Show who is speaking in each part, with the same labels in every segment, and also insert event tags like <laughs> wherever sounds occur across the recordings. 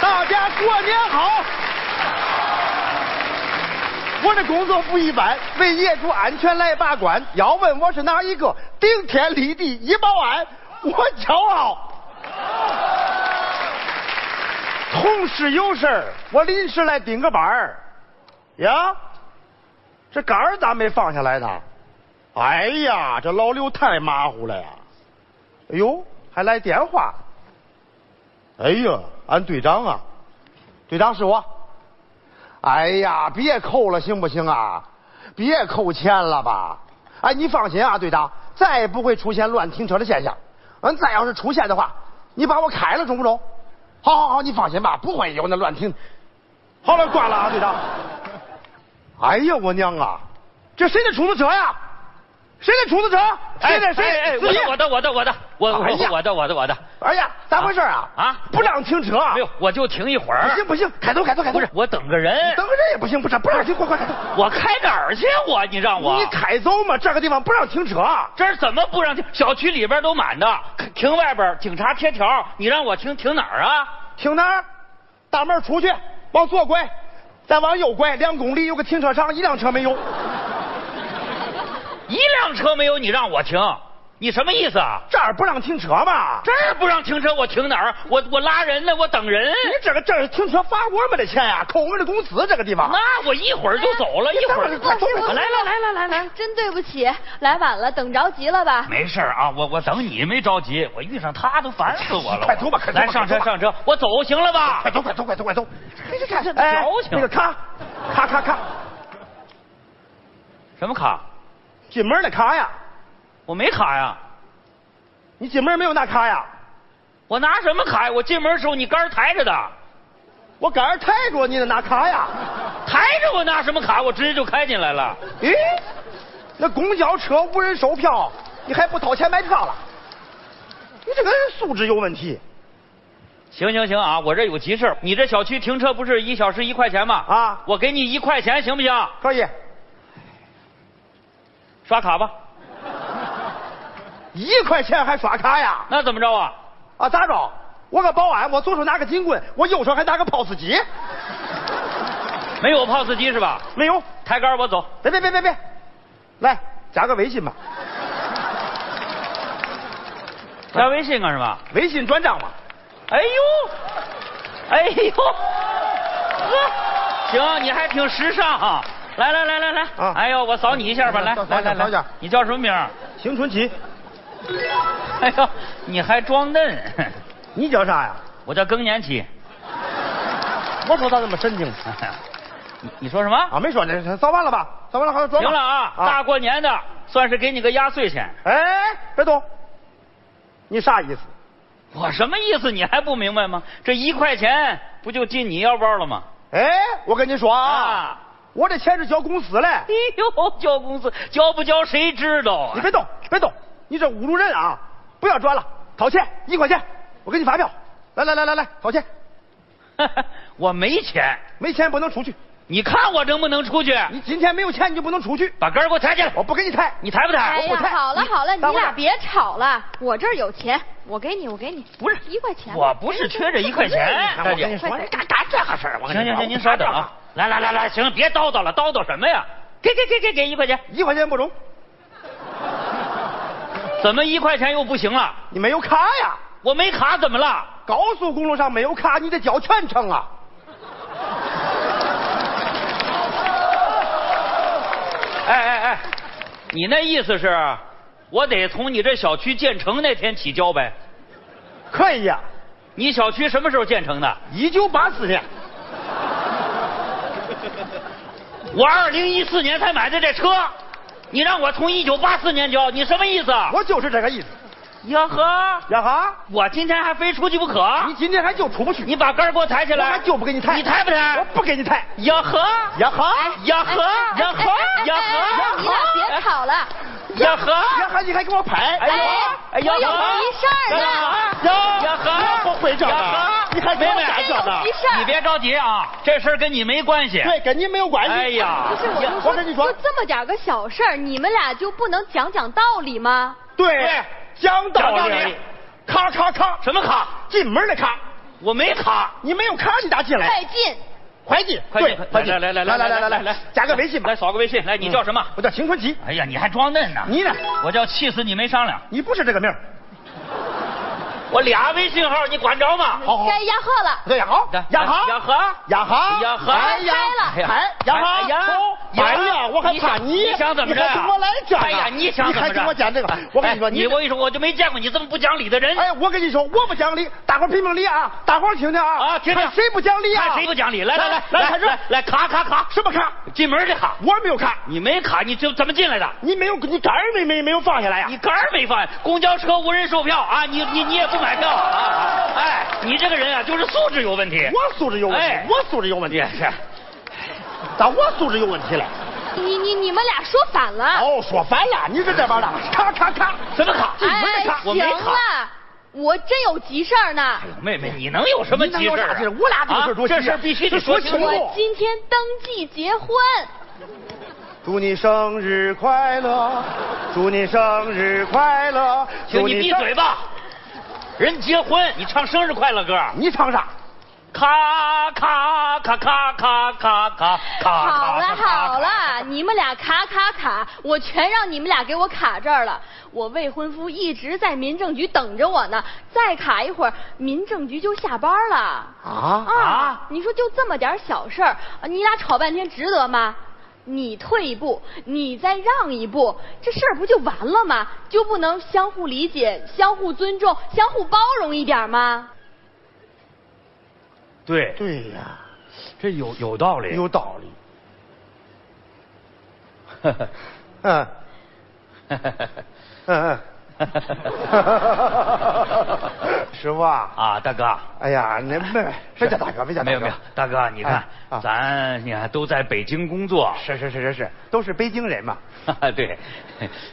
Speaker 1: 大家过年好！我的工作不一般，为业主安全来把关。要问我是哪一个，顶天立地一保安，我骄傲。同事有事儿，我临时来顶个班儿。呀，这杆儿咋没放下来呢？哎呀，这老刘太马虎了呀！哎呦，还来电话。哎呀，俺队长啊，队长是我。哎呀，别扣了行不行啊？别扣钱了吧？哎，你放心啊，队长，再也不会出现乱停车的现象。嗯，再要是出现的话，你把我开了中不中？好好好，你放心吧，不会有那乱停。好了，挂了啊，队长。哎呀，我娘啊，这谁的出租车呀？谁的出租车？谁的谁？
Speaker 2: 哎哎，我的我的我的我的我
Speaker 1: 哎呀
Speaker 2: 我我的我的我的，
Speaker 1: 哎呀，咋回事啊？
Speaker 2: 啊啊
Speaker 1: 不让停车啊！
Speaker 2: 没有，我就停一会
Speaker 1: 不
Speaker 2: 儿。
Speaker 1: 行不行，开头开头开头。
Speaker 2: 不是，我等个人，
Speaker 1: 等个人也不行，不是不让停，快快开头。
Speaker 2: 我开哪儿去？啊我你让我
Speaker 1: 你开走嘛，这个地方不让停车。
Speaker 2: 这儿怎么不让停？小区里边都满的，停外边警察贴条，你让我停停哪儿啊？
Speaker 1: 停哪儿？大门出去，往左拐，再往右拐两公里有个停车场，一辆车没有。
Speaker 2: 一辆车没有，你让我停，你什么意思啊？
Speaker 1: 这儿不让停车嘛？
Speaker 2: 这儿不让停车，我停哪儿？啊我我拉人呢，我等人。
Speaker 1: 你这个这是停车罚我们的钱呀、扣我们的工资。这个地方，
Speaker 2: 那我一会儿就走了，一会儿
Speaker 3: <laughs>
Speaker 1: 你等会
Speaker 3: 哎
Speaker 1: 儿快走
Speaker 2: 来来来来来来。
Speaker 3: 真对不起，来晚了，等着急了吧？
Speaker 2: 没事儿啊，我我等你没着急，我遇上他都烦死我了。
Speaker 1: 快走吧快走吧
Speaker 2: 来上
Speaker 1: 快
Speaker 2: 车
Speaker 1: 走吧
Speaker 2: 上车，我走行了吧
Speaker 1: 快？走快走快走快走！你
Speaker 2: 哎
Speaker 1: 这
Speaker 3: <laughs>
Speaker 1: 看，
Speaker 2: 矫情
Speaker 1: 那个卡，卡卡卡，
Speaker 2: 什么卡？
Speaker 1: 进门的卡呀，
Speaker 2: 我没卡呀，
Speaker 1: 你进门没有那卡呀？
Speaker 2: 我拿什么卡呀？我进门的时候你杆儿抬着的，
Speaker 1: 我赶上抬着你的那卡呀。
Speaker 2: 抬着我拿什么卡？我直接就开进来了。
Speaker 1: 咦，那公交车无人售票，你还不掏钱买票了？你这个人素质有问题
Speaker 2: 行行行啊，我这有急事儿，你这小区停车不是一小时一块钱吗？
Speaker 1: 啊！
Speaker 2: 我给你一块钱行不行？
Speaker 1: 可以，
Speaker 2: 刷卡吧。
Speaker 1: 一块钱还刷卡呀？
Speaker 2: 那怎么着啊？
Speaker 1: 啊，咋着？我个保安，我左手拿个警棍，我右手还拿个 POS 机。
Speaker 2: 没有 POS 机是吧？
Speaker 1: 没有，
Speaker 2: 抬杆儿我走。
Speaker 1: 别别别别别，来加个微信吧，
Speaker 2: 加微信干什么？
Speaker 1: 微信转账吧。
Speaker 2: 哎呦，哎呦，呵，行，你还挺时尚哈、来来来来来，
Speaker 1: 啊
Speaker 2: 哎呦，我扫你一下吧，来
Speaker 1: 扫扫
Speaker 2: 来来
Speaker 1: 扫一下
Speaker 2: 来，你叫什么名儿？ <laughs>
Speaker 1: 邢春奇，
Speaker 2: 哎呦，你还装嫩，
Speaker 1: 你叫啥呀？
Speaker 2: 我叫更年期。
Speaker 1: 我说咋那么神经
Speaker 2: 你你说什么？
Speaker 1: 啊？没说呢，扫完了吧？扫完了还要转
Speaker 2: 行
Speaker 1: 吧
Speaker 2: 了啊，大过年的，算是给你个压岁钱。
Speaker 1: 哎，别动，你啥意思？
Speaker 2: 我什么意思？你还不明白吗？这一块钱不就进你腰包了吗？
Speaker 1: 哎，我跟你说啊，
Speaker 2: 啊，
Speaker 1: 我这钱是交公司嘞
Speaker 2: 哎，呦，交工资交不交谁知道啊
Speaker 1: 你？别动，别动，你这侮辱人啊！不要转了，掏钱一块钱，我给你发票。来来来来来，掏钱，
Speaker 2: <laughs> 我没钱。
Speaker 1: 没钱不能出去。
Speaker 2: 你看我能不能出去？
Speaker 1: 你今天没有钱你就不能出去，
Speaker 2: 把杆儿给我抬起来，
Speaker 1: 我不给你抬。
Speaker 2: 你抬不抬？
Speaker 3: 哎
Speaker 2: 我不，
Speaker 3: 呀
Speaker 2: 抬，
Speaker 3: 好了好了，
Speaker 1: 等
Speaker 3: 你
Speaker 1: 会儿
Speaker 3: 俩别吵了，我这儿有钱，我给你，我给你，
Speaker 2: 不是
Speaker 3: 一块钱，
Speaker 2: 我不是缺这一块钱
Speaker 3: 哎
Speaker 1: 看
Speaker 2: 大
Speaker 1: 我
Speaker 2: 姐
Speaker 1: 跟你说，
Speaker 3: 快点
Speaker 1: 干干这个事儿，我跟
Speaker 2: 行
Speaker 1: 你说
Speaker 2: 行行，您稍等啊。。来来来来，行了，别叨叨了，叨叨什么呀？给给给给给一块钱，
Speaker 1: 一块钱不中，
Speaker 2: 怎么一块钱又不行了？
Speaker 1: 你没有卡呀？
Speaker 2: 我没卡怎么了？
Speaker 1: 高速公路上没有卡，你得交全程啊。
Speaker 2: 哎哎哎，你那意思是，我得从你这小区建成那天起交呗？
Speaker 1: 可以呀、
Speaker 2: 你小区什么时候建成的？
Speaker 1: 一九八四年，
Speaker 2: 我二零一四年才买的这车，你让我从一九八四年交，你什么意思？
Speaker 1: 我就是这个意思。
Speaker 2: 呀呵，
Speaker 1: 呀哈，
Speaker 2: 我今天还非出去不可。
Speaker 1: 你今天还就出不去，
Speaker 2: 啊你把杆儿给我抬起
Speaker 1: 我
Speaker 2: 来，
Speaker 1: 还就不给你抬。
Speaker 2: 你抬不抬？
Speaker 1: 我不给你抬。
Speaker 2: 呀呵，
Speaker 1: 呀哈，
Speaker 2: 呀呵，呀呵，呀
Speaker 3: 哎你俩
Speaker 2: 呵，
Speaker 3: 别吵了，
Speaker 2: 呀呵，
Speaker 1: 呀哈，你还给我拍？
Speaker 2: 哎呦，哎呦，哎
Speaker 3: 我有急事儿呢
Speaker 2: 呀呵，
Speaker 1: 我会这个
Speaker 2: 呀呵，
Speaker 1: 你还给我
Speaker 2: 妹妹
Speaker 1: 改这个
Speaker 3: 没事儿
Speaker 2: 你别着急啊，这事儿跟你没关系。
Speaker 1: 对，跟你没有关系。
Speaker 2: 哎呀
Speaker 3: 不是我就
Speaker 1: 我
Speaker 3: 说，
Speaker 1: 跟你说
Speaker 3: 就，这么点个小事儿，你们俩就不能讲讲道理吗？
Speaker 1: 对，讲道
Speaker 2: 讲道
Speaker 1: 理
Speaker 2: 理，
Speaker 1: 咔咔咔，
Speaker 2: 什么卡？
Speaker 1: 进门的咔，
Speaker 2: 我没卡，
Speaker 1: 你没有卡，你咋进
Speaker 2: 哎
Speaker 1: 来？
Speaker 3: 快进，
Speaker 1: 怀进，
Speaker 2: 快
Speaker 1: 对
Speaker 2: 点，
Speaker 1: 怀
Speaker 2: 来
Speaker 1: 进，
Speaker 2: 来来来
Speaker 1: 来来
Speaker 2: 来来
Speaker 1: 来
Speaker 2: 来
Speaker 1: 来
Speaker 2: 来，，
Speaker 1: 加个微信吧
Speaker 2: 来。扫个微信，来，你叫什么？
Speaker 1: 我叫邢坤奇，
Speaker 2: 哎呀，你还装嫩呢！
Speaker 1: 你呢？
Speaker 2: 我叫气死你没商量，
Speaker 1: 你不是这个命儿。
Speaker 2: 我俩微信号，你管着吗？
Speaker 1: 好好，
Speaker 3: 该压货了。
Speaker 1: 对，雅豪
Speaker 2: 来，
Speaker 1: 雅豪，
Speaker 2: 雅豪
Speaker 1: 雅豪，
Speaker 2: 雅豪
Speaker 1: 哎呀，
Speaker 3: 开
Speaker 2: 了
Speaker 1: 哎，雅豪，
Speaker 2: 哎呀
Speaker 1: 走哎呀，我还怕
Speaker 2: 你想你想怎么着
Speaker 1: 你还跟我来这个？
Speaker 2: 哎呀，你想怎么
Speaker 1: 你
Speaker 2: 着？
Speaker 1: 还跟我讲这个？我跟你说，
Speaker 2: 哎你我跟你说，我就没见过你这么不讲理的人。
Speaker 1: 哎，我跟你说，我不讲理，大伙儿评评理啊，大伙儿听听啊，
Speaker 2: 啊，听着
Speaker 1: 看，谁不讲理啊？
Speaker 2: 看谁不讲理？来来来
Speaker 1: 来
Speaker 2: 来
Speaker 1: 开始
Speaker 2: 来，来，卡卡卡，
Speaker 1: 什么卡？
Speaker 2: 进门去卡。
Speaker 1: 我没有卡，
Speaker 2: 你没卡，你就怎么进来的？
Speaker 1: 你没有，你杆儿没没没有放下来呀
Speaker 2: 你？杆儿没翻，公交车无人售票啊！你你你也不买票啊！哎，你这个人啊，就是素质有问题。
Speaker 1: 我素质有问
Speaker 2: 哎
Speaker 1: 题，我素质有问题
Speaker 2: 也，是，
Speaker 1: 咋我素质有问题了？
Speaker 3: 你你你们俩说反了。
Speaker 1: 哦，说反了，你是这
Speaker 2: <laughs>
Speaker 1: 边的，咔咔咔，
Speaker 2: 啊什么卡？
Speaker 3: 哎，
Speaker 2: 我
Speaker 3: 行
Speaker 2: 没卡。
Speaker 3: 了，我真有急事儿呢。
Speaker 2: 妹妹，你能有什么急
Speaker 1: 你能有
Speaker 2: 事
Speaker 1: 啥
Speaker 2: 儿
Speaker 1: 急事
Speaker 2: 啊？
Speaker 1: 我俩都是主席
Speaker 2: 啊这事儿必须得说清
Speaker 1: 这说清
Speaker 2: 楚。
Speaker 1: 楚
Speaker 3: 我今天登记结婚，
Speaker 1: 祝你生日快乐，祝你生日快乐，
Speaker 2: 行，
Speaker 1: 祝
Speaker 2: 你闭
Speaker 1: 生
Speaker 2: 嘴！吧。人结婚，你唱生日快乐歌。
Speaker 1: 你唱啥？
Speaker 2: 咔咔咔咔咔咔咔咔。
Speaker 3: 好了好。了，你们俩卡卡卡，我全让你们俩给我卡这儿了。我未婚夫一直在民政局等着我呢，再卡一会儿，民政局就下班了。
Speaker 1: 啊
Speaker 2: 啊
Speaker 3: 你说就这么点儿小事儿，你俩吵半天值得吗？你退一步，你再让一步，这事儿不就完了吗？就不能相互理解、相互尊重、相互包容一点儿吗？
Speaker 2: 对，
Speaker 1: 对呀，
Speaker 2: 这有有道理。 <laughs>
Speaker 1: 有道理。嗯嗯嗯。师傅啊，
Speaker 2: 啊，大哥。
Speaker 1: 哎呀，
Speaker 2: <laughs>
Speaker 1: 您别别叫大哥，别叫大哥，
Speaker 2: 没有没有，大哥，你看
Speaker 1: 哎啊，
Speaker 2: 咱你看都在北京工作，
Speaker 1: 是是是是是，都是北京人嘛。
Speaker 2: <laughs> 对，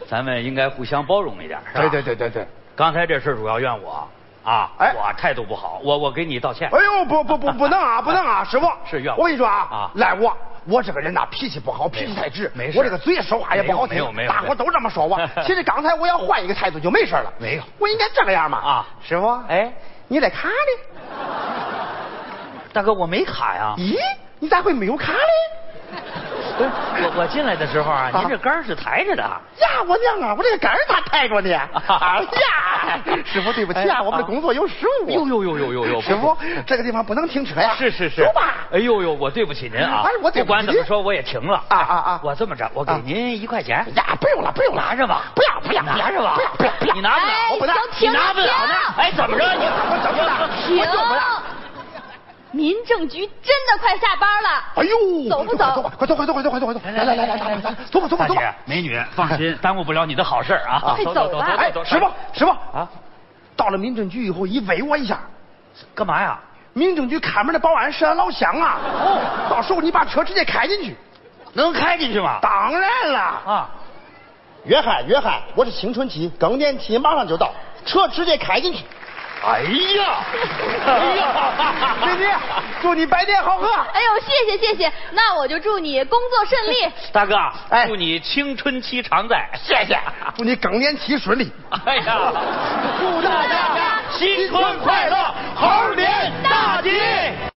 Speaker 2: 咱们应该互相包容一点，是吧？
Speaker 1: 对对对对对。
Speaker 2: 刚才这事儿主要怨我啊，
Speaker 1: 哎
Speaker 2: 我态度不好，我我给你道歉。
Speaker 1: 哎呦，不不不不能
Speaker 2: <laughs>
Speaker 1: 啊，不能啊，师傅
Speaker 2: 是怨我
Speaker 1: 我跟你说啊，
Speaker 2: 啊
Speaker 1: 赖我，我这个人呐脾气不好，脾气太直，
Speaker 2: 没事
Speaker 1: 我这个嘴说话也不好听，
Speaker 2: 没有没有没有。
Speaker 1: 大伙都这么说我
Speaker 2: <laughs>
Speaker 1: 其实刚才我要换一个态度就没事了，
Speaker 2: 没有
Speaker 1: 我应该这个样嘛。
Speaker 2: 啊
Speaker 1: 师傅，
Speaker 2: 哎，
Speaker 1: 你在卡呢？
Speaker 2: 大哥，我没卡呀，
Speaker 1: 咦，你咋会没有卡嘞？
Speaker 2: 不是我我进来的时候啊，
Speaker 1: 啊
Speaker 2: 您这杆儿是抬着的。
Speaker 1: 呀，我娘啊，我这个杆儿咋抬着
Speaker 2: <laughs>
Speaker 1: 呢？哎呀，师傅对不起
Speaker 2: 哎
Speaker 1: 啊，
Speaker 2: 啊
Speaker 1: 我们的工作有失误。
Speaker 2: 呦呦呦呦呦呦
Speaker 1: 师
Speaker 2: 不
Speaker 1: 傅，这个地方不能停哎车呀。
Speaker 2: 是是是
Speaker 1: 走吧，。
Speaker 2: 哎呦呦，我对不起您啊！
Speaker 1: 哎我对不起
Speaker 2: 不管怎么说，我也停了。哎
Speaker 1: 啊啊啊
Speaker 2: 我这么着，我给
Speaker 1: 啊
Speaker 2: 您一块钱。
Speaker 1: 呀，不用了，不用了，
Speaker 2: 拿着吧，
Speaker 1: 不要不要，
Speaker 2: 拿着吧，
Speaker 1: 不要不要不要，
Speaker 2: 你拿不了，
Speaker 3: 哎
Speaker 1: 我不拿
Speaker 3: 行
Speaker 2: 你
Speaker 3: 停
Speaker 2: 拿不了呢
Speaker 3: 停。
Speaker 2: 哎，怎么着你？
Speaker 1: 我怎么了
Speaker 3: 停
Speaker 1: 我就不让。
Speaker 3: 民政局真的快下班了。
Speaker 1: 哎呦，
Speaker 3: 走不走
Speaker 1: 快走吧，快走，快走，快走，快走，快走！来来来来来来，走吧，走吧，
Speaker 2: 大
Speaker 1: 走
Speaker 2: 姐
Speaker 1: 吧。，
Speaker 2: 美女，放心，耽误不了你的好事儿啊！
Speaker 3: 快走吧
Speaker 1: 哎，师傅，师傅
Speaker 2: 啊
Speaker 1: 啊，到了民政局以后，你喂我一下。
Speaker 2: 干嘛呀？
Speaker 1: 民政局看门的保安是俺老乡啊。哦，到时候你把车直接开进去。
Speaker 2: 能开进去吗？
Speaker 1: 当然了，
Speaker 2: 啊，
Speaker 1: 约翰，约翰，我是青春期，更年期马上就到，车直接开进去。
Speaker 2: 哎 <laughs> 呀，哎呀，
Speaker 1: 美女，祝你百年好合。
Speaker 3: 哎呦，谢谢谢谢，那我就祝你工作顺利。
Speaker 2: 大哥，
Speaker 1: 哎
Speaker 2: 祝你青春期常在。
Speaker 1: 谢谢，祝你更年期顺利。
Speaker 2: 哎呀，
Speaker 1: 祝大家
Speaker 2: 新春快乐，猴年大吉！